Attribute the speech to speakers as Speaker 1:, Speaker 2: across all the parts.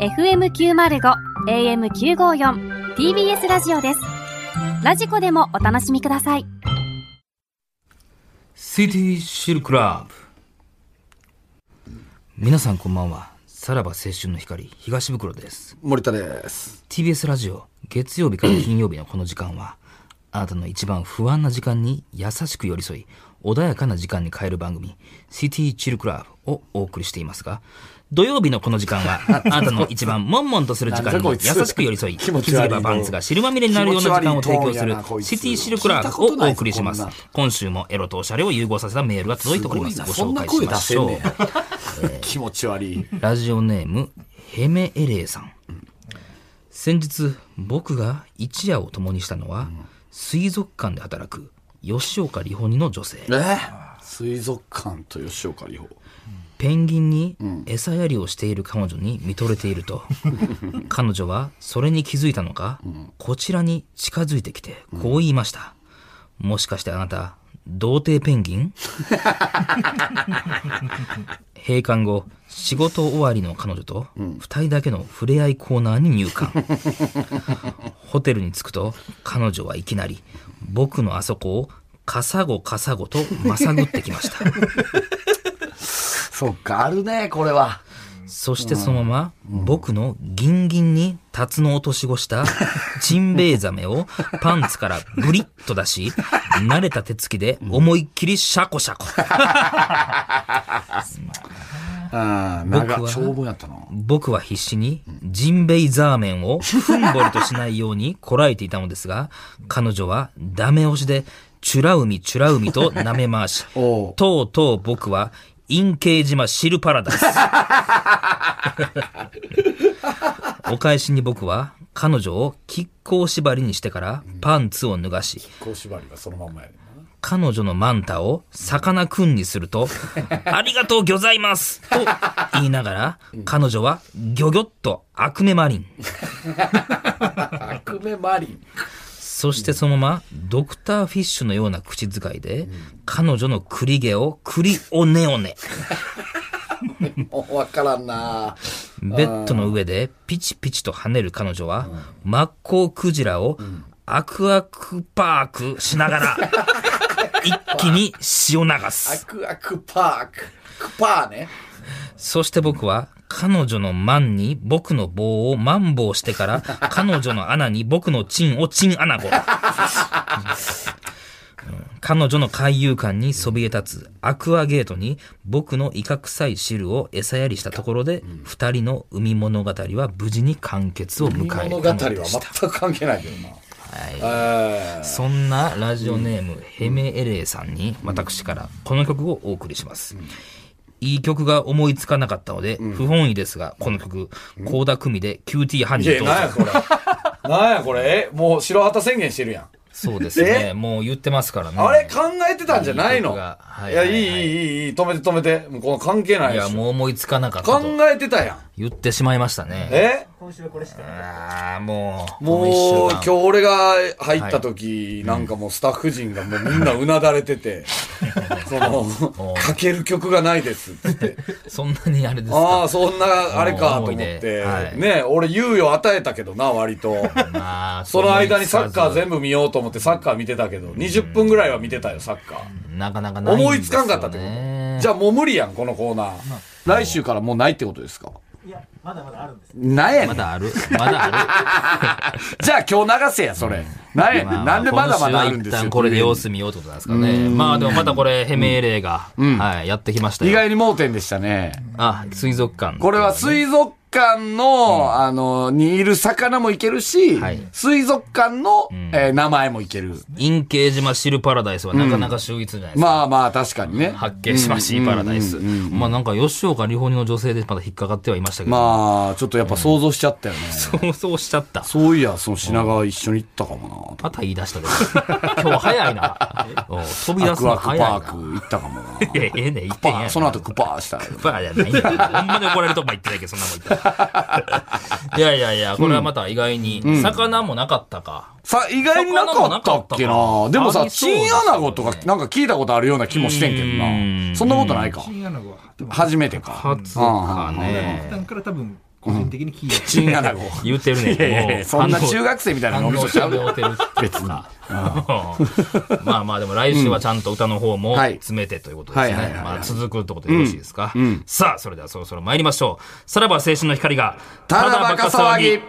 Speaker 1: FM905 AM954 TBS ラジオですラジコでもお楽しみください
Speaker 2: シティシルクラブ皆さんこんばんはさらば青春の光東袋です
Speaker 3: 森田です。
Speaker 2: TBS ラジオ月曜日から金曜日のこの時間はあなたの一番不安な時間に優しく寄り添い穏やかな時間に変える番組「シティチルクラブ」をお送りしていますが土曜日のこの時間は あなたの一番悶々とする時間に優しく寄り添い気
Speaker 3: 気持ち悪い
Speaker 2: づけばパンツが汁まみれになるような時間を提供する
Speaker 3: 気持ち悪いトーンやなこいつ
Speaker 2: シティシルクラブをお送りします
Speaker 3: 聞いたことないぞ
Speaker 2: 今週もエロとおしゃれを融合させたメールが届いておりますご
Speaker 3: そ
Speaker 2: 紹
Speaker 3: んな
Speaker 2: 介し
Speaker 3: 声
Speaker 2: ま
Speaker 3: 出
Speaker 2: し
Speaker 3: せん
Speaker 2: ょ
Speaker 3: ね
Speaker 2: う
Speaker 3: や。気持ち悪い。
Speaker 2: ラジオネームヘメエレイさん先日僕が一夜を共にしたのは、水族館で働く吉岡里帆にの女性
Speaker 3: え水族館と吉岡里帆。
Speaker 2: ペンギンに餌やりをしている彼女に見とれていると彼女はそれに気づいたのか、こちらに近づいてきてこう言いました、もしかしてあなた童貞ペンギン閉館後仕事終わりの彼女と2人だけの触れ合いコーナーに入館ホテルに着くと彼女はいきなり僕のあそこをカサゴカサゴとまさぐってきました
Speaker 3: そっか、あるね、これは。
Speaker 2: そしてそのまま、僕のギンギンにタツノオトシゴしたジンベエザメをパンツからブリッと出し、慣れた手つきで思いっきりシャコシャコ。
Speaker 3: うん、
Speaker 2: 僕
Speaker 3: 長
Speaker 2: は
Speaker 3: 長文やったな。
Speaker 2: 僕は必死にジンベイザーメンをふんぼりとしないようにこらえていたのですが、彼女はダメ押しで、チュラ海チュラ海と舐め回し、
Speaker 3: おう
Speaker 2: とうとう僕は陰形島シルパラダ イス。お返しに僕は彼女を亀甲縛りにしてからパンツを脱がし、
Speaker 3: 小縛りはそのまんまやね
Speaker 2: 彼女のマンタをさかなクンにすると、ありがとうございますと言いながら、彼女はギョギョッとアクメマリン。
Speaker 3: な。アクメマリン。
Speaker 2: そしてそのままドクターフィッシュのような口遣いで、彼女の栗毛を栗おねおね。
Speaker 3: もうわからんな。
Speaker 2: ベッドの上でピチピチと跳ねる彼女は、マッコウクジラをアクアクパークしながら、一気に血を流
Speaker 3: ア
Speaker 2: す。
Speaker 3: クアクパーク。クパーね。
Speaker 2: そして僕は、彼女のマンに僕の棒をマンボウしてから、彼女の穴に僕のチンをチンアナゴ。うん彼女の海遊館にそびえ立つアクアゲートに僕の威嚇臭い汁を餌やりしたところで、二人の海物語は無事に完結を迎えた
Speaker 3: 物
Speaker 2: の
Speaker 3: 語は
Speaker 2: でした。
Speaker 3: 全く関係ないけどな。えー
Speaker 2: そんなラジオネーム、ヘメエレイさんに私からこの曲をお送りします。いい曲が思いつかなかったので、不本意ですが、この曲、倖田來未で QT ハニ
Speaker 3: い
Speaker 2: ー
Speaker 3: や、
Speaker 2: どう
Speaker 3: なんや
Speaker 2: ぞ。
Speaker 3: これ。なんやこれ。え、もう白旗宣言してるやん。
Speaker 2: そうですね。もう言ってますからね。
Speaker 3: あれ考えてたんじゃない
Speaker 2: いい曲
Speaker 3: の
Speaker 2: がはいいは
Speaker 3: や、
Speaker 2: い
Speaker 3: い
Speaker 2: はい
Speaker 3: い、いい、いい、止めて止めて。もうこの関係ない
Speaker 2: い
Speaker 3: で
Speaker 2: や、
Speaker 3: しょ。
Speaker 2: もう思いつかなかった
Speaker 3: 考
Speaker 2: と
Speaker 3: えてたやん。
Speaker 2: 言ってしまいましたね。
Speaker 3: え
Speaker 2: ああ、もう、この一週
Speaker 3: もう、今
Speaker 2: 間
Speaker 3: 日俺が入った時、なんかもうスタッフ陣がもうみんなうなだれ てて、その、かける曲がないですって言っ て。
Speaker 2: そんなにあれです
Speaker 3: あ
Speaker 2: か。
Speaker 3: あ、そんな、あれかと思っ
Speaker 2: 思いで
Speaker 3: て
Speaker 2: は。い
Speaker 3: ね俺猶予与えたけどな、割 と。
Speaker 2: まあ
Speaker 3: その間にサッカー
Speaker 2: 部。
Speaker 3: 全部見ようと思ってサッカー見てたけど、20分ぐらいは見てたよ、サッカー。
Speaker 2: なかなかないんですよ
Speaker 3: 思
Speaker 2: ね
Speaker 3: いつかんかったってことじゃあもう無理やん、このコーナー。来週からもうないってことですか
Speaker 4: いや、まだまだあるんです。
Speaker 3: なんやね
Speaker 2: ま
Speaker 3: ん。
Speaker 2: だある。まだある。
Speaker 3: じゃあ今日流せや、それ。なんやねん。 なんでまだまだあるん
Speaker 2: 今週は一
Speaker 3: ですよ。
Speaker 2: 旦これで様子見ようってことなんですかね。まあでもまたこれ、ヘメエレが、はい、やってきました
Speaker 3: 意
Speaker 2: よ。
Speaker 3: 外に盲点でしたね。
Speaker 2: あ、水族館。
Speaker 3: これは水族館の、あの、にいる魚もいけるし、
Speaker 2: はい
Speaker 3: 水族館の、えー名前もいける。
Speaker 2: 陰形島シルパラダイスはなかなか秀逸じゃないですか。
Speaker 3: まあまあ、確かにね。
Speaker 2: 発見しまし、パラダイス。まあなんか、吉岡里帆の女性でまだ引っかかってはいましたけど。
Speaker 3: まあ、ちょっとやっぱ想像しちゃったよね。
Speaker 2: そう、そうしちゃった。
Speaker 3: そういや、その品川一緒に行ったかも
Speaker 2: また言い出したけど。 今日早い な。お飛び
Speaker 3: な。
Speaker 2: 出
Speaker 3: ア
Speaker 2: す
Speaker 3: ク
Speaker 2: の
Speaker 3: アクパ
Speaker 2: 早いな。
Speaker 3: ーク行ったかもな。
Speaker 2: いや、ええねん、言って
Speaker 3: パ
Speaker 2: んや
Speaker 3: ー
Speaker 2: ん
Speaker 3: その後クパーしたよ。
Speaker 2: バーじゃないんだよ。ほんまに怒られるとこも言ってないけど、そんなもん言ったら。いやいやいや、これはまた意外に、魚もなかったか。
Speaker 3: さ、意外になかったっけ
Speaker 2: 魚もなかった
Speaker 3: な。
Speaker 2: か
Speaker 3: でも
Speaker 2: あ
Speaker 3: さ、
Speaker 2: りそう
Speaker 3: チ
Speaker 2: ですよ
Speaker 3: ン
Speaker 2: ね
Speaker 3: アナゴとかなんか聞いたことあるような気もしてんけど
Speaker 2: うん
Speaker 3: な。そんなことないか。
Speaker 5: チンアナゴは。でも
Speaker 3: 初めてか。
Speaker 2: 初か
Speaker 5: 普
Speaker 2: ね。
Speaker 5: 段から多分、個人的に聞いて
Speaker 3: チンアナゴ。
Speaker 2: 言ってるね。
Speaker 3: いやいやいやそんな中学生みたいな
Speaker 2: 反
Speaker 3: の
Speaker 2: 応
Speaker 3: 飲み
Speaker 2: して
Speaker 3: ちゃう
Speaker 2: もう
Speaker 3: よ。
Speaker 2: てる。
Speaker 3: 別
Speaker 2: う
Speaker 3: に。
Speaker 2: ん まあまあでも来週はちゃんと歌の方も
Speaker 3: はい
Speaker 2: 詰めてということですね
Speaker 3: はいはいはい。はい
Speaker 2: まあ続くってことでよろしいですか
Speaker 3: うんうん。
Speaker 2: さあ、それではそろそろ参りましょう。さらば青春の光が、
Speaker 3: ただバカ騒ぎ。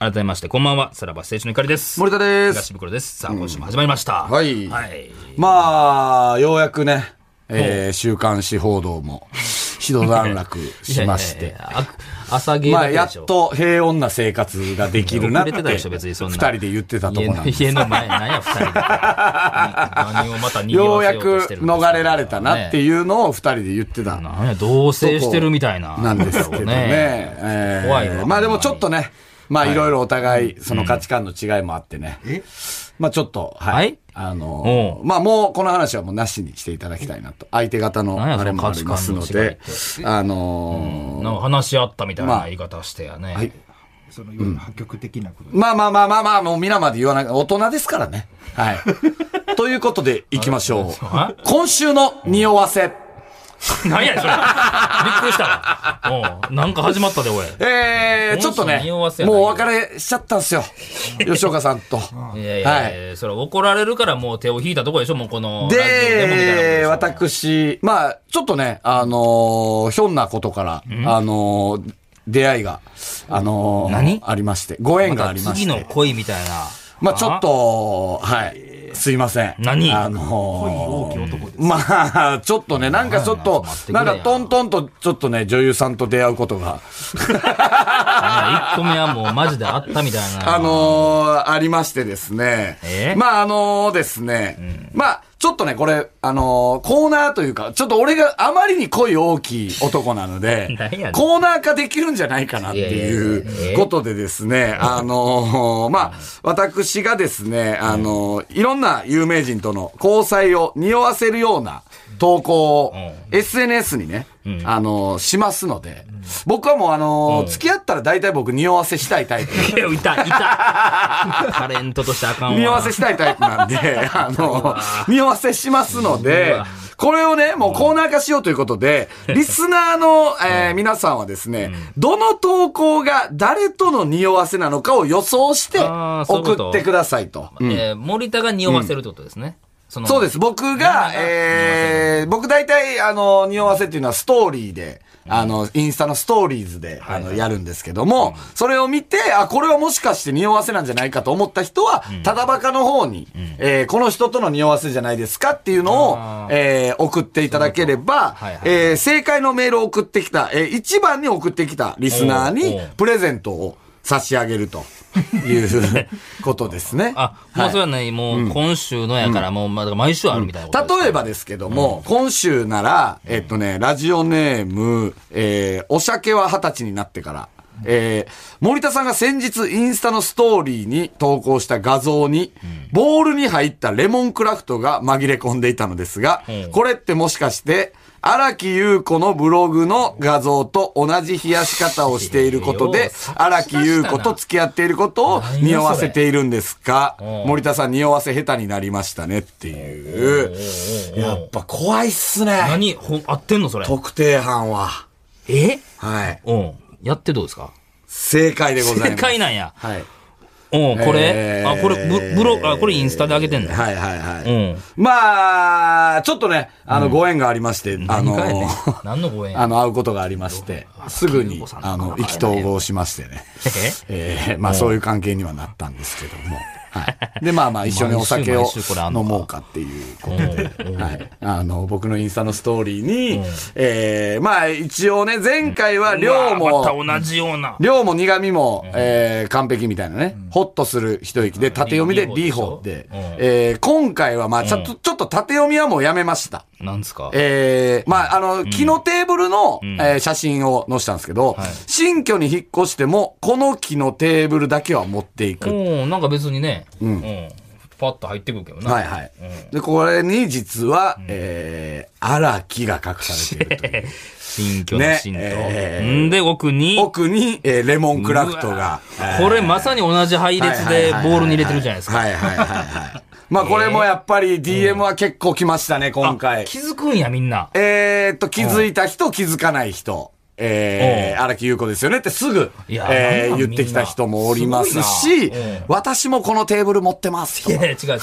Speaker 2: 改めまして、こんばんは。さらば青春の光です。
Speaker 3: 森田です
Speaker 2: 東。袋です。さあ、今週も始まりました。
Speaker 3: はい
Speaker 2: はい。
Speaker 3: まあ、ようやくね、えー週刊誌報道も、一段落しまし
Speaker 2: い
Speaker 3: て
Speaker 2: やい。やいや。あ朝芸
Speaker 3: ま
Speaker 2: だ
Speaker 3: あ、
Speaker 2: け
Speaker 3: や
Speaker 2: で
Speaker 3: っ
Speaker 2: しょ
Speaker 3: と平穏な生活ができるなって、
Speaker 2: 遅れてたでしょ別にそんな
Speaker 3: 二人で言ってたとこなんで。
Speaker 2: 家の 家の前、何や、二人で。 何をまた賑
Speaker 3: よう
Speaker 2: わせ
Speaker 3: や
Speaker 2: よう
Speaker 3: く
Speaker 2: としてるんですか
Speaker 3: 逃れられたなって
Speaker 2: ね
Speaker 3: いうのを二人で言ってた
Speaker 2: なんや、同棲してるみたいな。
Speaker 3: なんですけどね。えー
Speaker 2: 怖いわ
Speaker 3: まあでもちょっとね、まあいろいろお互い、その価値観の違いもあってね。まあちょっと、はい。
Speaker 2: はい
Speaker 3: あのーまあもうこの話はもうなしにしていただきたいなと。相手方の
Speaker 2: なんや
Speaker 3: あれもありますの
Speaker 2: その
Speaker 3: で
Speaker 2: 価値、
Speaker 3: あのー
Speaker 2: なんか話し合ったみたい
Speaker 3: ま
Speaker 2: な
Speaker 3: あ
Speaker 2: 言い方してやね。
Speaker 3: はい
Speaker 5: その、いわゆる破局的なこと。
Speaker 3: まあまあまあまあまあ、もう皆まで言わない。大人ですからね。 はい。ということで、行きましょ
Speaker 2: は
Speaker 3: う。今週の匂わせ。
Speaker 2: 何やねんそれ。びっくりしたわ。おうなんか始まったで、おい。
Speaker 3: えー、ちょっと
Speaker 2: 今週の
Speaker 3: ね
Speaker 2: 匂わせ、やな
Speaker 3: もうお別れしちゃったんすよ。吉岡さんと。
Speaker 2: いやいやいや、それ怒られるからもう手を引いたとこでしょ、もうこの。ラジオでもみたいなもん
Speaker 3: で、
Speaker 2: しょ。
Speaker 3: 私、まあ、ちょっとね、あのーひょんなことから、あのー出会いが、あのー
Speaker 2: 何
Speaker 3: ありまして、ご縁
Speaker 2: ま
Speaker 3: があ
Speaker 2: た
Speaker 3: りま
Speaker 2: 次
Speaker 3: して。
Speaker 2: の恋みたいな。
Speaker 3: まあ、ちょっと、はい。すいません。
Speaker 2: 何
Speaker 3: あのー
Speaker 5: 大きい男です。
Speaker 3: まあ、ちょっとね、なんかちょっと
Speaker 2: まあ、ま
Speaker 3: な
Speaker 2: あ
Speaker 3: んかトントンと、ちょっとね、女優さんと出会うことが、
Speaker 2: あ1個目はもうマジであったみたいな。
Speaker 3: あのーありましてですね
Speaker 2: え。
Speaker 3: まあ、あのーですね。まあ、ちょっとね、これ、あのーコーナーというか、ちょっと俺があまりに恋大きい男なので
Speaker 2: 何やねん、
Speaker 3: コーナー化できるんじゃないかなって
Speaker 2: いやいやいや
Speaker 3: い
Speaker 2: え
Speaker 3: うことでですね、あのーまあ、私がですね、あのーいろんな有名人との交際を匂わせるような投稿を、SNS にね、あのーしますので、僕はもうあのー
Speaker 2: うん
Speaker 3: 付き合ったら大体僕匂わせしたいタイプ。
Speaker 2: いや、いた、いた。 タレントとしてあかんわ。
Speaker 3: 匂わせしたいタイプなんで、 あの、匂わせしますので、これをね、もうコーナー化しようということで、リスナーの、えー皆さんはですね、どの投稿が誰との匂わせなのかを予想して
Speaker 2: あーそういうこと
Speaker 3: 送ってくださいと。うん
Speaker 2: えー森田が匂わせるってことですね。その
Speaker 3: そうです。僕が、えー、僕大体、あの、匂わせっていうのはストーリーで、あの、インスタのストーリーズで、あの、やるんですけども、それを見て、あ、これはもしかして匂わせなんじゃないかと思った人は、ただバカの方に、えーこの人との匂わせじゃないですかっていうのを
Speaker 2: あ、
Speaker 3: えー送っていただければ
Speaker 2: はいはい、
Speaker 3: えー正解のメールを送ってきた、えー、一番に送ってきたリスナー
Speaker 2: おう
Speaker 3: に
Speaker 2: おう、。
Speaker 3: プレゼントを差し上げるということですね
Speaker 2: あ、もうそれはね、もう今週のやから、もう、まあ、だから毎週あるみたいなことですね
Speaker 3: 例えばですけども、今週なら、えっとね、ラジオネーム、えー、お酒は二十歳になってから、えー、森田さんが先日インスタのストーリーに投稿した画像に、ボールに入ったレモンクラフトが紛れ込んでいたのですが
Speaker 2: うん、
Speaker 3: これってもしかして、荒木優子のブログの画像と同じ冷やし方をしていること
Speaker 2: いやよ
Speaker 3: で
Speaker 2: う、
Speaker 3: 荒木優子と付き合っていることを匂わせているんですか
Speaker 2: うん
Speaker 3: 森田さん匂わせ下手になりましたねってい
Speaker 2: お
Speaker 3: う。
Speaker 2: うおうおう
Speaker 3: やっぱ怖いっすね。
Speaker 2: 何ほん合ってんのそれ。
Speaker 3: 特定班は。
Speaker 2: え
Speaker 3: はい。
Speaker 2: うん。やってどうですか
Speaker 3: 正解でございます。
Speaker 2: 正解なんや。
Speaker 3: はい。
Speaker 2: うん、これ、
Speaker 3: えー
Speaker 2: あ、これ、ブブロ、あ、これインスタで上げてんの、
Speaker 3: はいはいはい。
Speaker 2: うん
Speaker 3: まあ、ちょっとね、あの、ご縁がありまして、あ
Speaker 2: 何
Speaker 3: の
Speaker 2: 回やねん、何のご縁や
Speaker 3: あの、会うことがありまして、すぐに
Speaker 2: あ、そう
Speaker 3: あの、意気投合しましてね。えーまあ、そういう関係にはなったんですけど も。はい。で、まあまあ、一緒にお酒を
Speaker 2: 毎週毎週これあんの
Speaker 3: 飲
Speaker 2: か
Speaker 3: もうかっていうこと
Speaker 2: うんうん
Speaker 3: はい。あの、僕のインスタのストーリーに、えーまあ、一応ね、前回は量
Speaker 2: う
Speaker 3: も、
Speaker 2: わまた同じような。
Speaker 3: 量も苦味も、えー完璧みたいなね、ホッとする一息で、縦読みで
Speaker 2: リ
Speaker 3: リ
Speaker 2: ホ
Speaker 3: ホ
Speaker 2: でしょ
Speaker 3: で
Speaker 2: うん、
Speaker 3: えー今回はまあちょっと、ちょっと縦読みはもうやめました。
Speaker 2: なんですか
Speaker 3: えーまあ、あの、木のテーブルの、
Speaker 2: ん
Speaker 3: えー写真を載せたんですけど、
Speaker 2: はい
Speaker 3: 新居に引っ越しても、この木のテーブルだけは持っていく。
Speaker 2: うん、なんか別にね、うん。パッと入ってくるけどな。
Speaker 3: はいはい。で、これに実は、えー、荒木が隠されているという。
Speaker 2: 新居の新と。
Speaker 3: ねえ
Speaker 2: んで、奥に。
Speaker 3: 奥に、えーレモンクラフトが。えー
Speaker 2: これまさに同じ配列でボールに入れてるじゃないですか。
Speaker 3: はいはいはいはい。まあこれもやっぱり DM は結構来ましたね、今回。
Speaker 2: 気づくんや、みんな。
Speaker 3: えーっと、気づいた人、気づかない人。え
Speaker 2: う
Speaker 3: ー、荒木優子ですよねってすぐ、
Speaker 2: いや
Speaker 3: え
Speaker 2: なんなん
Speaker 3: ー言ってきた人もおります
Speaker 2: みん
Speaker 3: し
Speaker 2: なすごいなうん、
Speaker 3: 私もこのテーブル持ってますと
Speaker 2: いや
Speaker 3: か
Speaker 2: いや違う 違う。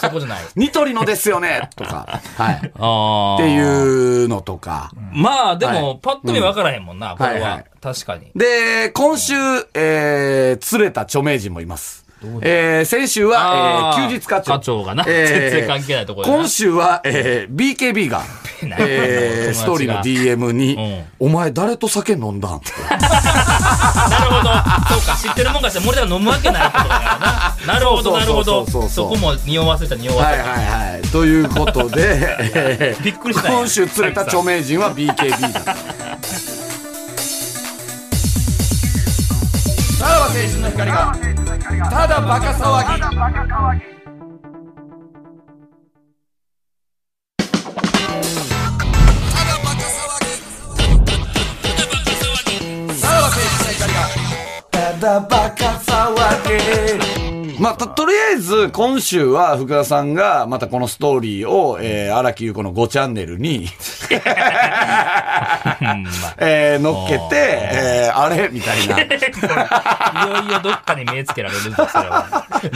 Speaker 2: そこじゃない。
Speaker 3: ニトリのですよねと か、はい。
Speaker 2: あ
Speaker 3: っ
Speaker 2: あ。
Speaker 3: ていうのとか。
Speaker 2: まあ、でも、
Speaker 3: はい
Speaker 2: パッと見分からへんもんな、これは。
Speaker 3: はいはい
Speaker 2: 確かに。
Speaker 3: で、今週、えー、釣れた著名人もいます。えー、先週は、え
Speaker 2: あー
Speaker 3: ー、休日課長。
Speaker 2: 課長がな全然関係ないところやな
Speaker 3: 今週は、えー、BKB が、
Speaker 2: ない
Speaker 3: えー、ストーリーの DM に、お前誰と酒飲んだ
Speaker 2: なるほ
Speaker 3: ん
Speaker 2: ど。そうか、知ってるもんかして、森田が飲むわけないってことだから な。なるほど、なるほ
Speaker 3: そう
Speaker 2: ど。
Speaker 3: そうそうそう
Speaker 2: そこも匂わせた匂わ
Speaker 3: はいはいはい。ということで、えー
Speaker 2: びっくりしたんや
Speaker 3: 今週釣れ た著名人は BKB だった。さらば青春の光が、ただバカ騒ぎ。まあ、と、とりあえず、今週は福田さんが、またこのストーリーを、えー、荒木優子の5チャンネルに、
Speaker 2: せた。うんまあ
Speaker 3: えー、乗っけて、えー、あれみたい
Speaker 2: い
Speaker 3: な。
Speaker 2: よいよどっかに目つけられるんですよ。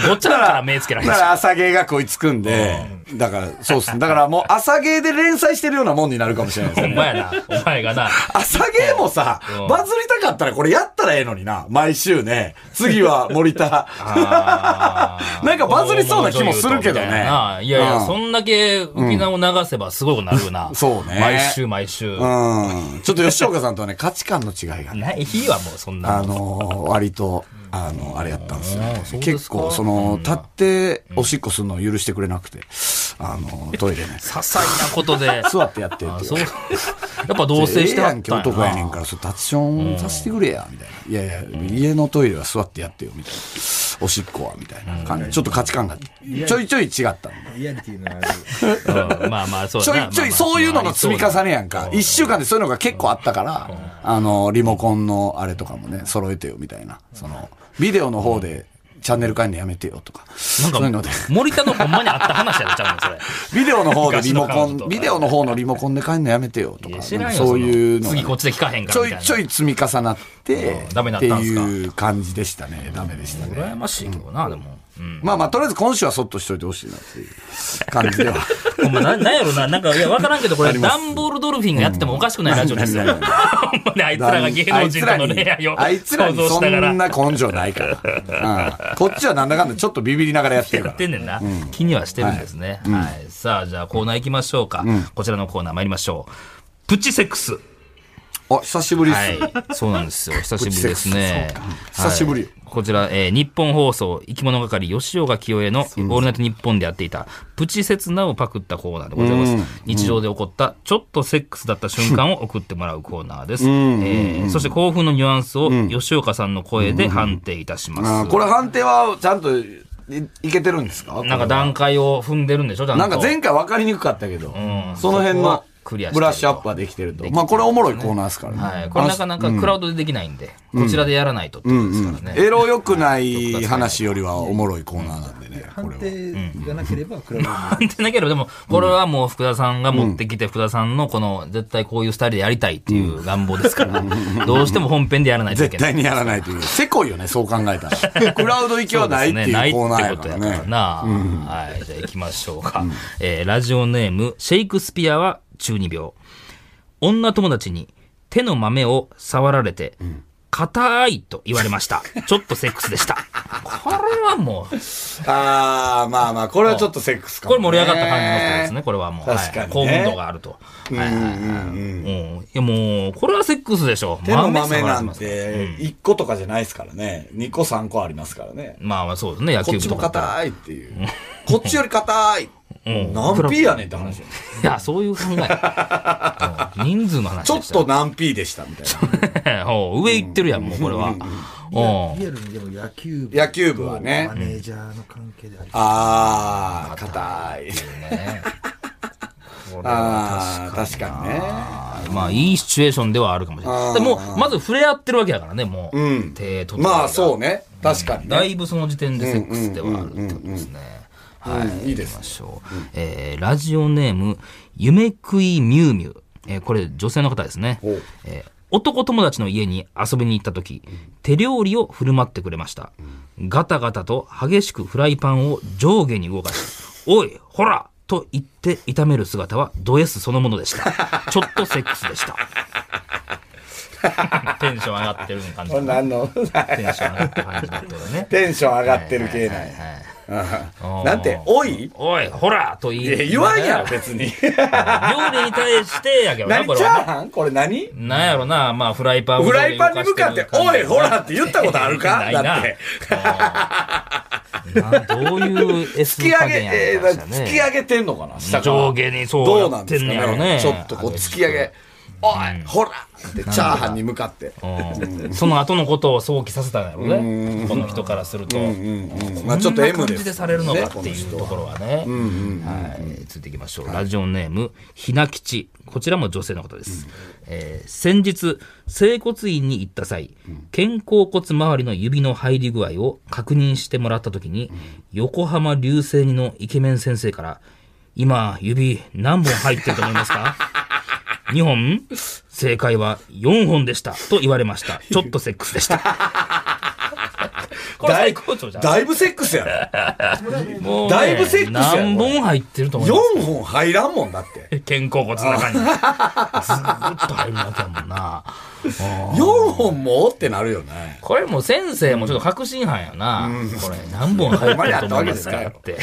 Speaker 2: ごっちゃから目つけられる
Speaker 3: だから朝芸がこいつくんで、だから、そうっすね。だからもう朝芸で連載してるようなもんになるかもしれないです
Speaker 2: お
Speaker 3: ね。
Speaker 2: 前やな、お前がな。
Speaker 3: 朝芸もさ
Speaker 2: うん、
Speaker 3: バズりたかったらこれやったらええのにな。毎週ね。次は森田。な
Speaker 2: なん
Speaker 3: かバズり そうな気もするけどね
Speaker 2: いやいや、
Speaker 3: うん
Speaker 2: そんだけ沖縄を流せばすごくなるよな。
Speaker 3: そうね
Speaker 2: 毎週毎週。
Speaker 3: うん。ちょっと吉岡さんとはね、価値観の違いがね。
Speaker 2: ない、いいわ、もうそんな
Speaker 3: あ
Speaker 2: の。
Speaker 3: のー、割と、あの、あれやったんですよ
Speaker 2: うんそうです
Speaker 3: ね。
Speaker 2: か。
Speaker 3: 結構、その、立っておしっこするのを許してくれなくて、あの、トイレね
Speaker 2: 些細なこと で。
Speaker 3: 座ってやってって言わ
Speaker 2: あ
Speaker 3: れて
Speaker 2: そう。やっぱ同棲して
Speaker 3: ええ
Speaker 2: は
Speaker 3: や
Speaker 2: っ
Speaker 3: んけ
Speaker 2: たん
Speaker 3: 男やね
Speaker 2: や
Speaker 3: ん
Speaker 2: な。
Speaker 3: から、それ立ちションさせてくれや、みたいな。いやいや、家のトイレは座ってやってよ、みたいな。おしっこは、みたいな感じ。ちょっと価値観が、ちょいちょい違ったんで
Speaker 5: リアリティのある。
Speaker 2: うんまあまあ、そう
Speaker 3: ちょ
Speaker 2: や
Speaker 3: い
Speaker 2: な
Speaker 3: ちょい、そういうのの積み重ねやんか。一週間でそういうのが結構あったから、あの、リモコンのあれとかもね、揃えてよ、みたいな。その、ビデオの方で、チャンネル変えるのやめてよとか。
Speaker 2: なん
Speaker 3: そういうの
Speaker 2: か
Speaker 3: で。、
Speaker 2: 森田のほんまにあった話やで、ちゃうの、それ。
Speaker 3: ビデオの方でリモコ
Speaker 2: 昔の彼女と
Speaker 3: ン、
Speaker 2: か
Speaker 3: ビデオの方のリモコンで変えるのやめてよと
Speaker 2: い
Speaker 3: か。
Speaker 2: や知らんよ
Speaker 3: そういう
Speaker 2: その
Speaker 3: のが
Speaker 2: 次こっちで聞かへんか
Speaker 3: ち
Speaker 2: ら
Speaker 3: ょ
Speaker 2: み
Speaker 3: い
Speaker 2: たいな。
Speaker 3: ちょい積み重なって、
Speaker 2: うんダメにな
Speaker 3: っ
Speaker 2: ってたんすか
Speaker 3: いう感じでしたね。ダメでしたね。
Speaker 2: 羨ましいけどな、でも。うん。
Speaker 3: まあまあ、とりあえず今週はそっとしといてほしいなっていう感じでは。
Speaker 2: ほんま、な、なんやろな、なんか、いや、わからんけど、こ
Speaker 3: あ
Speaker 2: れ、
Speaker 3: ります
Speaker 2: ダンボールドルフィンがやっててもおかしくないラジオですよ。
Speaker 3: うん
Speaker 2: ほんまにあいつらが芸能人との恋愛を
Speaker 3: あいつら
Speaker 2: 想像
Speaker 3: に
Speaker 2: しながら。
Speaker 3: そんな根性ないから。うんこっちはなんだかんだちょっとビビりながらやってる
Speaker 2: や
Speaker 3: か ら
Speaker 2: っ。てんねんな、気にはしてるんですね、はいさあじゃあコーナー行きましょうか、こちらのコーナー参りましょうプチセックス
Speaker 3: あ、久しぶりっす。
Speaker 2: はい、 そうなんですよ。久しぶりですね。
Speaker 3: そうか久しぶり
Speaker 2: はいこちら、えー日本放送、生き物係、吉岡清江の、オールナイト日本でやっていた、プチ切なをパクったコーナーでございます。日常で起こった、ちょっとセックスだった瞬間を送ってもらうコーナーです。えーそして興奮のニュアンスを、吉岡さんの声で判定いたし
Speaker 3: あ
Speaker 2: ます。
Speaker 3: これ判定はちゃんといいけてるんですか
Speaker 2: なんか段階を踏んでるんでしょちゃんと
Speaker 3: なんか前回分かりにくかったけど、
Speaker 2: ん
Speaker 3: その辺
Speaker 2: そこは
Speaker 3: の
Speaker 2: クリアしてると
Speaker 3: ブラッシュアップはできてると。まあこれおもろいコーナーですからね。
Speaker 2: はい。これなかなかクラウドでできないんで、こちらでやらないとってことですからね。
Speaker 3: エロ良くない話よりはおもろいコーナーなんでね。こ
Speaker 5: 判
Speaker 3: れは。
Speaker 5: 定がなければ、クラブ
Speaker 2: なんてなければ、でも、これはもう福田さんが持ってきて、福田さんのこの、絶対こういうスタイルでやりたいっていう願望ですから、どうしても本編でやらないといけ
Speaker 3: 絶
Speaker 2: ない。
Speaker 3: 対にやらないと いう。せこいよね、そう考えたら。クラウド行きはないって
Speaker 2: そうですねないいうって
Speaker 3: コーナーや
Speaker 2: こと
Speaker 3: か
Speaker 2: や
Speaker 3: ら
Speaker 2: から
Speaker 3: ね。
Speaker 2: な。はい。じゃあ行きましょうか。えーラジオネーム、シェイクスピアは中二病。女友達に手の豆を触られて、硬いと言われました。ちょっとセックスでした。これはもう、
Speaker 3: あー、まあまあ、これはちょっとセックスかも
Speaker 2: これ
Speaker 3: ね。
Speaker 2: 盛り上がった感じの人ですね、これはもう。
Speaker 3: 確かにね
Speaker 2: はい興奮度があると。はいはいはいうんいやもう、これはセックスでしょ。
Speaker 3: 手の豆
Speaker 2: 触ら
Speaker 3: な
Speaker 2: れ
Speaker 3: ん
Speaker 2: ます
Speaker 3: て、1個とかじゃないですからね。2個3個ありますからね。
Speaker 2: まあまあそうですね、野
Speaker 3: こ
Speaker 2: 球
Speaker 3: っ
Speaker 2: 部
Speaker 3: ち
Speaker 2: と
Speaker 3: も
Speaker 2: かだったら。
Speaker 3: 硬いっていう。こっちより硬い。何 P やねんって話よ
Speaker 2: いや、そういう考え。うん人数の話
Speaker 3: ちょ
Speaker 2: で
Speaker 3: っ
Speaker 2: したよ。
Speaker 3: と何 P でしたみたい な。
Speaker 2: ほう上行ってるやん、もうこれは。
Speaker 5: リアリアルにでも野球部
Speaker 3: 野球部はね
Speaker 5: マネージャーの関係であり
Speaker 3: ああ、硬い。
Speaker 2: ね
Speaker 3: ああ、確かにね。
Speaker 2: まあいいシチュエーションではあるかもしれ
Speaker 3: あ
Speaker 2: な
Speaker 3: ー
Speaker 2: い。でもうまず触れ合ってるわけだからね、もう。
Speaker 3: うん
Speaker 2: 手取って
Speaker 3: まあそう。ね。確かに
Speaker 2: だ
Speaker 3: ね。
Speaker 2: いぶその時点でセックスではあるってことですね。は
Speaker 3: うん
Speaker 2: い。
Speaker 3: いいです
Speaker 2: 行きましょう。えーラジオネーム、夢食いミュウミュウ。えーこれ女性の方ですね。
Speaker 3: ほう
Speaker 2: えー男友達の家に遊びに行った時、手料理を振る舞ってくれました。ガタガタと激しくフライパンを上下に動かし、 おい、ほらと言って炒める姿はド S そのもので した。ちょっとセックスでした。 テンション上がってる感じ
Speaker 3: こ。れ何の
Speaker 2: テンション上がってる感じだってことね。
Speaker 3: テンション上がってる系なんや
Speaker 2: はい
Speaker 3: うん なんて、おい
Speaker 2: おい、ほらと言い
Speaker 3: いや、言わんやろ、別に。
Speaker 2: 料理に対してやけどな、
Speaker 3: 何
Speaker 2: これ
Speaker 3: チャー
Speaker 2: は。
Speaker 3: ハンこれ何
Speaker 2: なんやろな、まあ、フライパン
Speaker 3: フライパンに向かって、おい、ほらって言ったことあるか
Speaker 2: ない
Speaker 3: だ
Speaker 2: な
Speaker 3: って。。
Speaker 2: などういう S
Speaker 3: 突き上
Speaker 2: 加
Speaker 3: げ
Speaker 2: 減、
Speaker 3: え
Speaker 2: や
Speaker 3: ー
Speaker 2: ろな
Speaker 3: 突き上げてんのかな下から
Speaker 2: 上下にそう
Speaker 3: どう
Speaker 2: や
Speaker 3: なん
Speaker 2: って
Speaker 3: です
Speaker 2: ん
Speaker 3: か
Speaker 2: ねやろ
Speaker 3: ね
Speaker 2: ね。
Speaker 3: ちょっとこう、突き上げ。おい、ほらって、チャーハンに向かって。
Speaker 2: うんその後のことを想起させたんやろね。この人からすると。
Speaker 3: うんまあちょっと M
Speaker 2: こんな感
Speaker 3: で
Speaker 2: じ
Speaker 3: す。
Speaker 2: でされるのかっていうところはね。はい。続いていきましょう。ラジオネーム、ひなきち。こちらも女性のことです。えー先日、整骨院に行った際、肩甲骨周りの指の入り具合を確認してもらったときに、横浜流星二のイケメン先生から、今、指何本入ってると思います か ?2 本正解は4本でした。と言われました。ちょっとセックスで した。これ
Speaker 3: だい
Speaker 2: 最高潮じゃん。
Speaker 3: だいぶセックスやろ。
Speaker 2: もう
Speaker 3: だいぶセックスやこれ
Speaker 2: 何本入ってると思います
Speaker 3: 4本入らんもんだって。
Speaker 2: 肩甲骨の中に。ずーっと入るわけやもんな。
Speaker 3: 4本もってなるよね。
Speaker 2: これもう先生もちょっと確信犯やな。これ何本入ってると思いますか って。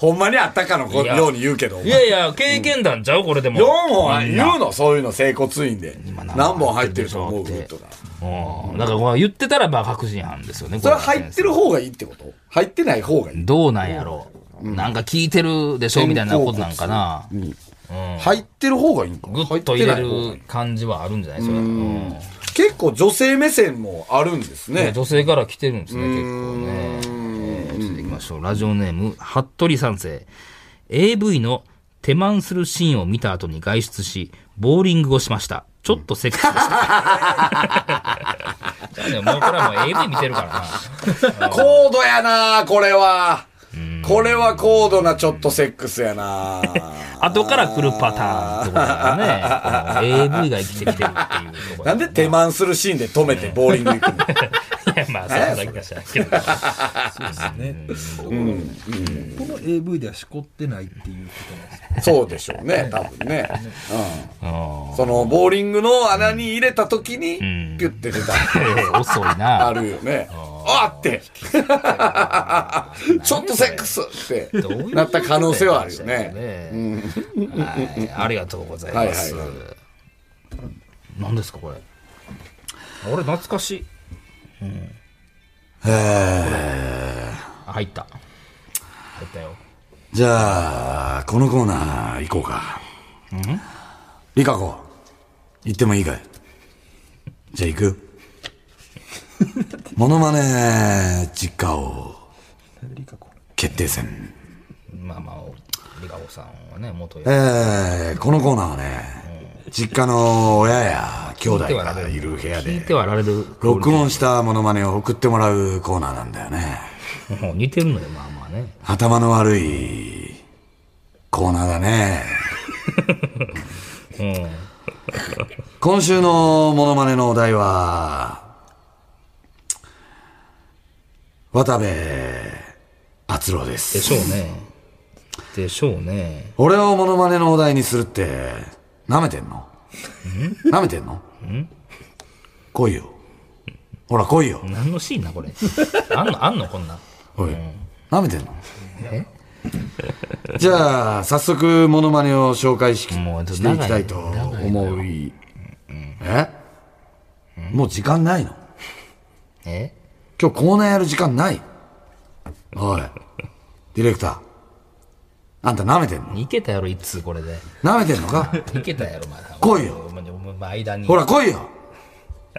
Speaker 3: ほんまにあったかのこ
Speaker 2: いや
Speaker 3: ように言うけど。お
Speaker 2: い
Speaker 3: 前
Speaker 2: やいや、経験談ちゃうこれでも。
Speaker 3: 4本は
Speaker 2: みんな
Speaker 3: 言うのそういうの、整骨院で。何本入ってると思うとか。
Speaker 2: うん。だからこれ言ってたらば確信犯ですよね。
Speaker 3: それは入ってる方がいいってこと入ってない方がいい。
Speaker 2: どうなんやろう。なんか聞いてるでしょみたいなことなんかな。
Speaker 3: 入ってる方がいいんか
Speaker 2: ぐっと入れ
Speaker 3: 入ってない方がい
Speaker 2: る
Speaker 3: い
Speaker 2: 感じはあるんじゃないそれ。うん
Speaker 3: 結構女性目線もあるんです
Speaker 2: いや
Speaker 3: ね。
Speaker 2: 女性から来てるんですね、結構ね。えー、続いていきましょう。ラジオネーム、服部三世。AV の手満するシーンを見た後に外出し、ボーリングをしました。ちょっとセックス でした。じゃあね、もうこれはもう AV 見てるからな。
Speaker 3: 高度やなこれは。これは高度なちょっとセックスやな
Speaker 2: 後から来るパターンってことだから ね。この AV が生きてきてるっていうところ
Speaker 3: なんで手満するシーンで止めてボーリング行くの
Speaker 2: いや、まあ、それだけかしらんけ ど。
Speaker 5: ますね、この AV ではしこってないっていうことなんですよ
Speaker 3: そうでしょ うね、多分ね。
Speaker 2: うん
Speaker 3: うん。その、ボーリングの穴に入れた時に、ピュッて出た。
Speaker 2: えー遅い
Speaker 3: あ
Speaker 2: な。
Speaker 3: るよね。あって ちょっとセックスって
Speaker 2: どういう
Speaker 3: なった可能性はあるよね。
Speaker 2: ね。はい、ありがとうございます
Speaker 3: はいはい。
Speaker 2: 何ですかこれ。あれ懐かしい。あ入った。入ったよ。
Speaker 3: じゃあ、このコーナー行こうか。リカ子、行ってもいいかいじゃあ行くモノマネ実家王決定戦。
Speaker 2: まあまあ、リカゴさんはね、元や。
Speaker 3: えー、このコーナーはね、実家の親や兄弟がいる部屋
Speaker 2: 聞い
Speaker 3: で
Speaker 2: て、はられる。
Speaker 3: 録音したモノマネを送ってもらうコーナーなんだよね。
Speaker 2: もう似てるのよ、まあまあね。
Speaker 3: 頭の悪いコーナーだね。今週のモノマネのお題は、渡部篤郎で。
Speaker 2: ですしょうね。でしょうね。
Speaker 3: 俺をモノマネのお題にするって、舐めてんの舐めてんの来いよ。ほら来いよ。
Speaker 2: 何のシーンな、これ。 あんの、あんの、こんなん。
Speaker 3: おい、舐めてんのじゃあ、早速、モノマネを紹介し
Speaker 2: もうちょっ
Speaker 3: し
Speaker 2: と
Speaker 3: て
Speaker 2: 長い
Speaker 3: いきたいと思い。えもう時間ないの
Speaker 2: え
Speaker 3: 今日コーナーやる時間ないおい、ディレクター。あんた舐めてんの
Speaker 2: いけたやろ、一通これで。
Speaker 3: 舐めてんのか
Speaker 2: いけたやろ、まだ。
Speaker 3: 来いよ
Speaker 2: お前お前間に。
Speaker 3: ほら来いよ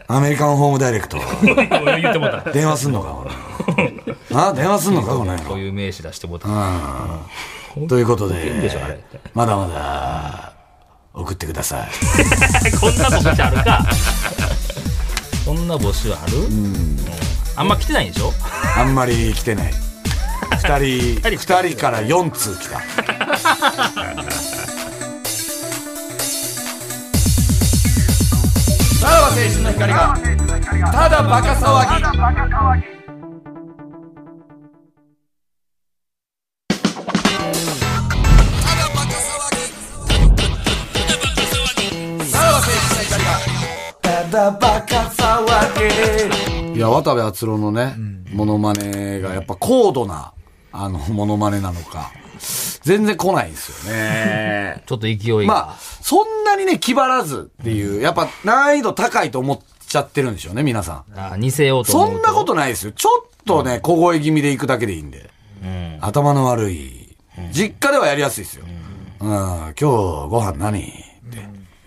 Speaker 3: アメリカンホームダイレクト。
Speaker 6: 俺言ってもうた。
Speaker 3: 電話すんのか、 これ。あ電話すんのか、この野
Speaker 2: こう
Speaker 3: 郎
Speaker 2: いう名詞出してもうた。
Speaker 3: ということ
Speaker 2: 変でしょ、あ
Speaker 3: で
Speaker 2: れ、。
Speaker 3: まだまだ、送ってください。
Speaker 6: こんな募集ある か。
Speaker 2: そんな募集あるあんま来てないでしょ
Speaker 3: あんまり来てない。二人、
Speaker 6: 二人来てな
Speaker 3: 二
Speaker 6: い
Speaker 3: 人から四通来た。さらば青春の光が、ただバカ騒ぎ。いや、渡部篤郎のね、モノマネがやっぱ高度な、あの、モノマネなのか、全然来ないんですよ ね。
Speaker 2: ちょっと勢い
Speaker 3: まあ
Speaker 2: が。、
Speaker 3: そんなにね、気張らずっていう、やっぱ難易度高いと思っちゃってるんでしょうね、皆さん。
Speaker 2: あ似せようと思う
Speaker 3: そんなことないですよ。ちょっとね、小声気味で行くだけでいいんで。頭の悪い。実家ではやりやすいですよ。うん、今日ご飯何って。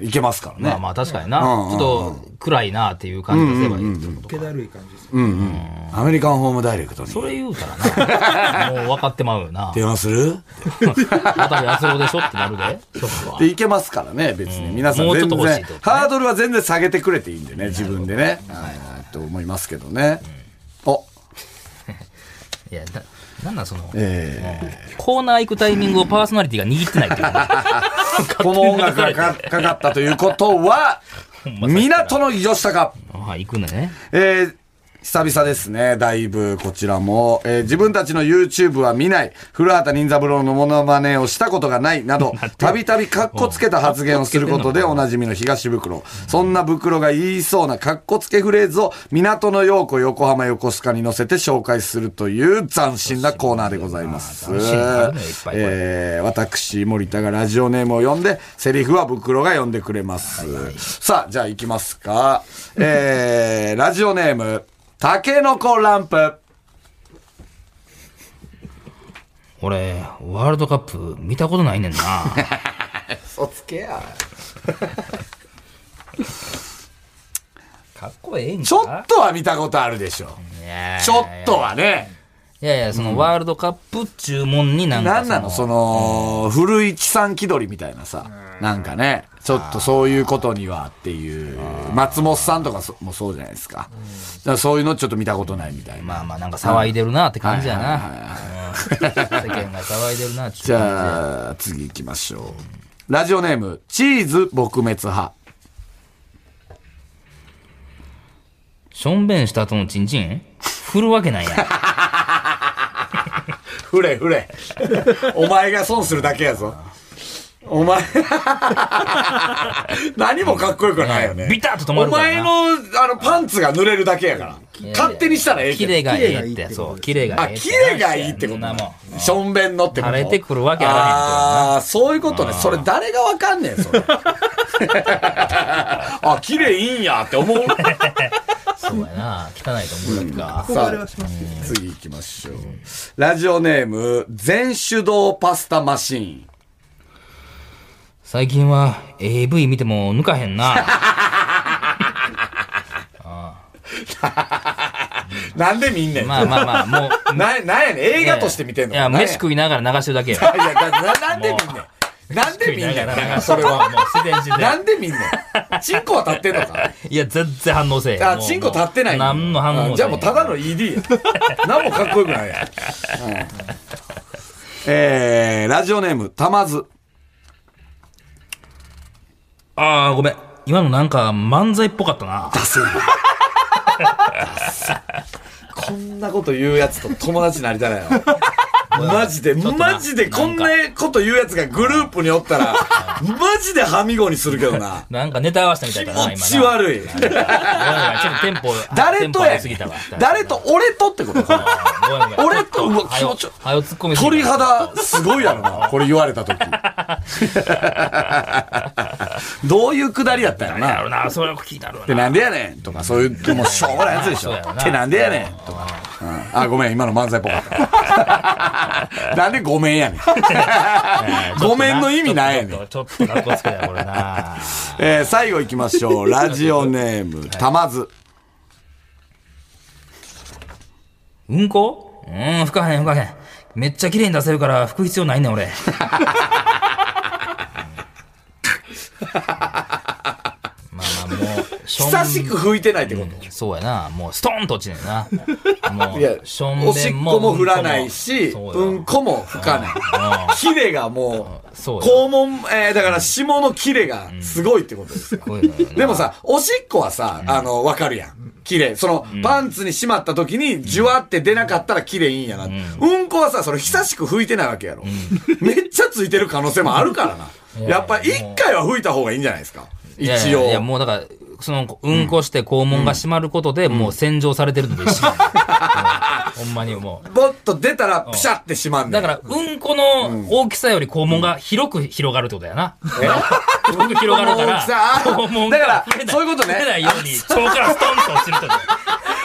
Speaker 3: いけますからね。
Speaker 2: まあまあ確かにな。
Speaker 3: うん
Speaker 2: ちょっと暗いなっていう感じがすればいいってこと
Speaker 5: 気だるい感じです
Speaker 3: うんうん。アメリカンホームダイレクトに。
Speaker 2: それ言うからな。もう分かってまうよ な。
Speaker 3: 電話する
Speaker 2: 渡部篤郎でしょってなるで。ちょっとは
Speaker 3: でいけますからね、別に。皆さん
Speaker 2: もうちょ
Speaker 3: 全
Speaker 2: っと
Speaker 3: 然、
Speaker 2: 欲しいってことね
Speaker 3: ハードルは全然下げてくれていいんでね、自分でね。はいはい、と思いますけどね。お、
Speaker 2: いや、な、なんなんその、
Speaker 3: え
Speaker 2: コーナー行くタイミングをパーソナリティが握ってないっていうか
Speaker 3: ー、この音楽がかかかったとい うことは、港の吉高。
Speaker 2: ね。はい、行くんだね。
Speaker 3: えー久々ですね。だいぶ、こちらも。えー自分たちの YouTube は見ない。古畑任三郎のモノマネをしたことがない。な ど、たびたびカッコつけた発言をすることでおなじみの東袋。そんな袋が言いそうなカッコつけフレーズを、港の陽子横浜横須賀に載せて紹介するという斬新なコーナーでございます。
Speaker 2: 斬新なのあるねいっぱいこれ
Speaker 3: えー私、森田がラジオネームを呼んで、セリフは袋が呼んでくれます。さあ、じゃあ行きますか。えー、ラジオネーム、タケノコランプ。
Speaker 2: 俺、ワールドカップ見たことない ねんな。
Speaker 3: そつけや。
Speaker 2: かっこええんか
Speaker 3: ちょっとは見たことあるでしょ。
Speaker 2: いや
Speaker 3: ちょっとはね。
Speaker 2: いやいや、そのワールドカップ注文になんか
Speaker 3: なんなのその、古市さん気取りみたいなさ。なんかね、ちょっとそういうことにはっていう。松本さんとかそもそうじゃないですか。だからそういうのちょっと見たことないみたいな。
Speaker 2: まあまあなんか騒いでるなって感じや
Speaker 3: はい
Speaker 2: な
Speaker 3: はいはい。
Speaker 2: うん世 間が騒いでるなって
Speaker 3: じゃあ、次行きましょう。ラジオネーム、チーズ撲滅派。
Speaker 2: しょんべんした後のチンチン振るわけない やん。
Speaker 3: ふれふれ。 お前が損するだけやぞ。お前、 何もかっこよくないよね。
Speaker 2: ビタッと止まる
Speaker 3: お
Speaker 2: から
Speaker 3: 前
Speaker 2: な
Speaker 3: の、あの、パンツが濡れるだけやから。勝手にしたらええけ
Speaker 2: キ
Speaker 3: ど。
Speaker 2: レがええって、そう、キレが
Speaker 3: あ、
Speaker 2: ええ
Speaker 3: キレがいいって
Speaker 2: そ
Speaker 3: こと
Speaker 2: んなもん。
Speaker 3: しょんべんのってこと
Speaker 2: 垂れてくるわけあらへんってこと
Speaker 3: ああー、そういうことね。それ誰がわかんねん、それ。あ、綺麗いいんやって思う。
Speaker 2: そうやな。汚いと思うだけか。
Speaker 3: さあ、次行きましょう。ラジオネーム、全手動パスタマシーン。
Speaker 2: 最近は AV 見ても抜かへん な。
Speaker 3: なんで見んねん。
Speaker 2: まあまあまあ、もう。
Speaker 3: な、なんやねん。映画として見てんの
Speaker 2: いや、
Speaker 3: なんや
Speaker 2: 飯食いながら流してるだけよ。
Speaker 3: いや、なななんで 見んねん。なんで見ん
Speaker 2: 食い
Speaker 3: ね
Speaker 2: ながら
Speaker 3: ん。それは。
Speaker 2: もう自然自
Speaker 3: な
Speaker 2: 然。
Speaker 3: んで見んねん。チンコは立ってんのか
Speaker 2: いや、全然反応せえへん。
Speaker 3: あ、
Speaker 2: もう
Speaker 3: チンコ立ってないんだ
Speaker 2: 何の反応せえへん
Speaker 3: あじゃあもうただの ED や。何もかっこよくないや。うんえー、ラジオネーム、たまず。
Speaker 2: ああ、ごめん。今のなんか漫才っぽかったな。
Speaker 3: こんなこと言うやつと友達になりた ないよ。マジで、
Speaker 2: ょっとな
Speaker 3: マジでこんなこと言うやつがグループにおっ たら、マジではみごにするけどな。
Speaker 2: なんかネタ合わせたみたい
Speaker 3: 気
Speaker 2: だな、今な。
Speaker 3: 持ち悪い。
Speaker 2: い。ちょっとテンポ、
Speaker 3: 誰
Speaker 2: テ
Speaker 3: とや
Speaker 2: ンポ上げすぎ
Speaker 3: ねん
Speaker 2: たわ。
Speaker 3: 誰と、俺とってことか
Speaker 2: ごめんごめん
Speaker 3: 俺とうわ気持ち悪い
Speaker 2: はよはよ突っ込み
Speaker 3: な。
Speaker 2: すぎた
Speaker 3: 鳥肌、すごいやろ な。これ言われた時。どういうくだりやったんやろ
Speaker 2: や
Speaker 3: な。
Speaker 2: ろな、 それは聞いたろ
Speaker 3: っ
Speaker 2: う
Speaker 3: て
Speaker 2: な。
Speaker 3: なんでやねんとか、そういう、もうしょうもないやつでしょ。
Speaker 2: そうやろな
Speaker 3: ってなんでやねんとか。うんあ、ごめん、今の漫才っぽ かった。なんでごめんやねん。ごめんの意味ないやねん。
Speaker 2: ちょっとかっこつけだよ、これな。
Speaker 3: えー最後行きま しょう。ラジオネーム、たまず。
Speaker 2: うんこうん、吹かへん、吹かへん。めっちゃ綺麗に出せるから、拭く必要ないね ん、俺。まあまあ、もう、しょん
Speaker 3: 久しく拭いてないってこと、
Speaker 2: そうやな。もう、ストーンと落ちねんな。も
Speaker 3: いや
Speaker 2: う、しょん、べんも
Speaker 3: おしっこも振らないし、
Speaker 2: うんこも
Speaker 3: うんこも吹かない。キレがもう、
Speaker 2: そうよ
Speaker 3: 肛門、えーだから下のキレがすごいってことですよ。
Speaker 2: そうよこういうのよな
Speaker 3: でもさ、おしっこはさ、あの、わかるやん。綺麗。その、パンツにしまった時に、じゅわって出なかったら綺麗いいんやな。うんこはさ、それ久しく拭いてないわけやろ。めっちゃついてる可能性もあるからな。やっぱ一回は拭いた方がいいんじゃないですか。
Speaker 2: い
Speaker 3: 一
Speaker 2: やいや
Speaker 3: 応。
Speaker 2: いや、もうだから、その、うんこして肛門が閉まることで、もう洗浄されてるので一緒やねんも うほんまにもう。
Speaker 3: ボッと出たら、ピシャってしまんねん
Speaker 2: だから、うんこの大きさより肛門が広く広がるってことやな。広く広がるから、肛
Speaker 3: 肛門
Speaker 2: 門
Speaker 3: の大き
Speaker 2: が
Speaker 3: さだから
Speaker 2: 触れない
Speaker 3: そういうことね
Speaker 2: 触れないように、腸からストンと落ちるってこと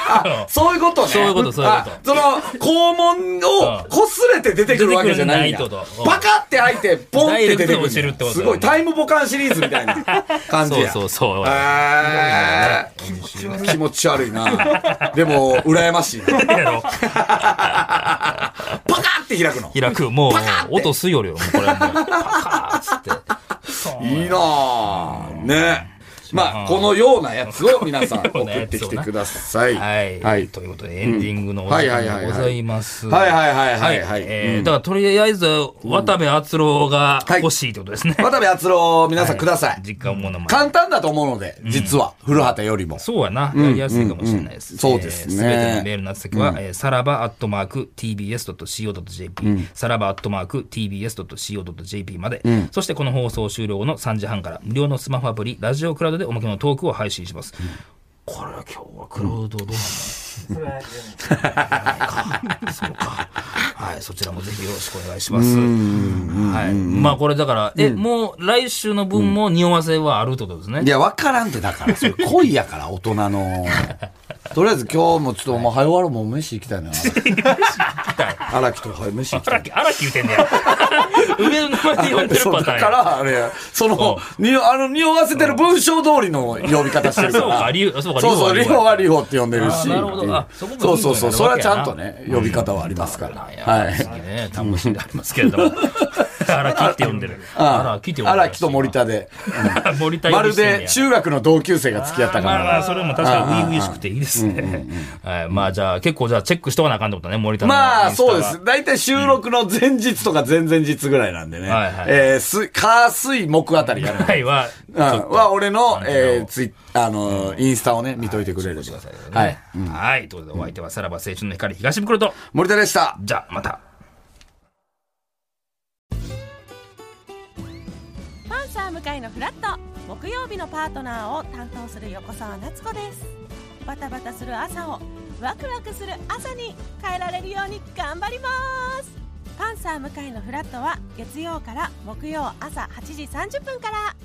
Speaker 3: あそういうことね。
Speaker 2: そういうことそういうこと
Speaker 3: あその、肛門を
Speaker 2: うん
Speaker 3: こすれて出てくるわけじゃないんだ。
Speaker 2: 出てくるんじゃないってことうん
Speaker 3: パカって開いて、ポンって
Speaker 2: ダイレ
Speaker 3: 出てくるんだ。
Speaker 2: クトに落ちるってこと
Speaker 3: すごい、タイムボカンシリーズみたいな感じ
Speaker 2: そう
Speaker 3: や。
Speaker 2: そうそう。
Speaker 3: えー気持ち悪いな。でも、羨ましいな。
Speaker 2: やろ
Speaker 3: パカって開くの。
Speaker 2: 開く、もう、音吸いよるよ、もうこれはもう。パカーッつって。
Speaker 3: いいなあね。まあ、このようなやつを皆さん送
Speaker 2: このような
Speaker 3: っ
Speaker 2: やつ
Speaker 3: て
Speaker 2: をな
Speaker 3: きてください。
Speaker 2: はい。
Speaker 3: はい。
Speaker 2: ということで、エンディングのお時間でございます。
Speaker 3: はいはいはいはいはい
Speaker 2: は
Speaker 3: はい
Speaker 2: い。
Speaker 3: う
Speaker 2: え
Speaker 3: ん
Speaker 2: ーだから、とりあえず、渡部篤郎が欲しいってことですね。
Speaker 3: 渡部篤郎、皆さんください。
Speaker 2: 実家ものまね
Speaker 3: 簡単だと思うので、実は、古畑よりも。
Speaker 2: そうやな。やりやすいかもしれないです。
Speaker 3: うんそうですね
Speaker 2: すべてのメールの宛先は、えーさらばアットマーク tbs.co.jp、さらばアットマーク tbs.co.jp まで、そしてこの放送終了後の3時半から、無料のスマホアプリ、ラジオクラウドでおまけのトークを配信します。これは今日はクラウドど うなの
Speaker 4: それは
Speaker 2: そうか。はい、そちらもぜひよろしくお願いします。はい。まあこれだから、え、もう来週の分も匂わせはあるってことですね。
Speaker 3: いや、わからんって、だから、それ恋やから、大人の。とりあえず今日もちょっともう、早終わるもん飯行きたいな。荒木と早飯行きた
Speaker 6: 荒
Speaker 3: い。
Speaker 6: 木、荒木言うてんね や。
Speaker 2: 上の名前で呼んでる
Speaker 3: そう
Speaker 2: パ
Speaker 3: だ
Speaker 2: ターン
Speaker 3: か
Speaker 2: や。
Speaker 3: ら、あれ、その、におあの、匂わせてる文章通りの呼び方してる か。
Speaker 2: そうからリュウそうか
Speaker 3: そうそう、
Speaker 2: リ
Speaker 3: リ
Speaker 2: ュウはリュウ
Speaker 3: オはリオって呼んでるし。
Speaker 2: あなるほどあ
Speaker 3: って
Speaker 2: そ
Speaker 3: い
Speaker 2: こ
Speaker 3: う
Speaker 2: も
Speaker 3: そうそうそう、
Speaker 2: ヒン
Speaker 3: そ
Speaker 2: ト
Speaker 3: れ
Speaker 2: になる
Speaker 3: は
Speaker 2: わけやな
Speaker 3: ちゃんとね、呼び方はありますから。
Speaker 2: なんや好
Speaker 3: はい。
Speaker 2: きね、単語詞 でありますけれども。荒木って呼んでる。荒木って呼んでる。
Speaker 3: 荒木と森。田で。
Speaker 2: 森田
Speaker 3: ま
Speaker 2: 呼び
Speaker 3: る
Speaker 2: してんねや
Speaker 3: で中学の同級生が付き合ったか
Speaker 2: まあまあ、
Speaker 3: ら。
Speaker 2: それも確かに初々しくていいですね。はい。まあじゃあ、結構じゃあチェックしとかなあかんってことね、森田のインスタは。
Speaker 3: まあ、そうです。大体収録の前日とか前々日ぐらいなんでね。
Speaker 2: はいはい
Speaker 3: えー、す、火、水、木あたりが
Speaker 2: は
Speaker 3: ね。
Speaker 2: いは、
Speaker 3: うん。は、俺の、
Speaker 2: 感じの
Speaker 3: えー、ツイあのー、インスタをね、見といてくれると。は
Speaker 2: はいい。。はい。ということで、お相手はさらば青春の光東袋と、
Speaker 3: 森田でした。
Speaker 2: じゃあ、また。
Speaker 7: パンサー向かいのフラット木曜日のパートナーを担当する横澤夏子ですバタバタする朝をワクワクする朝に変えられるように頑張りますパンサー向かいのフラットは月曜から木曜朝8時30分から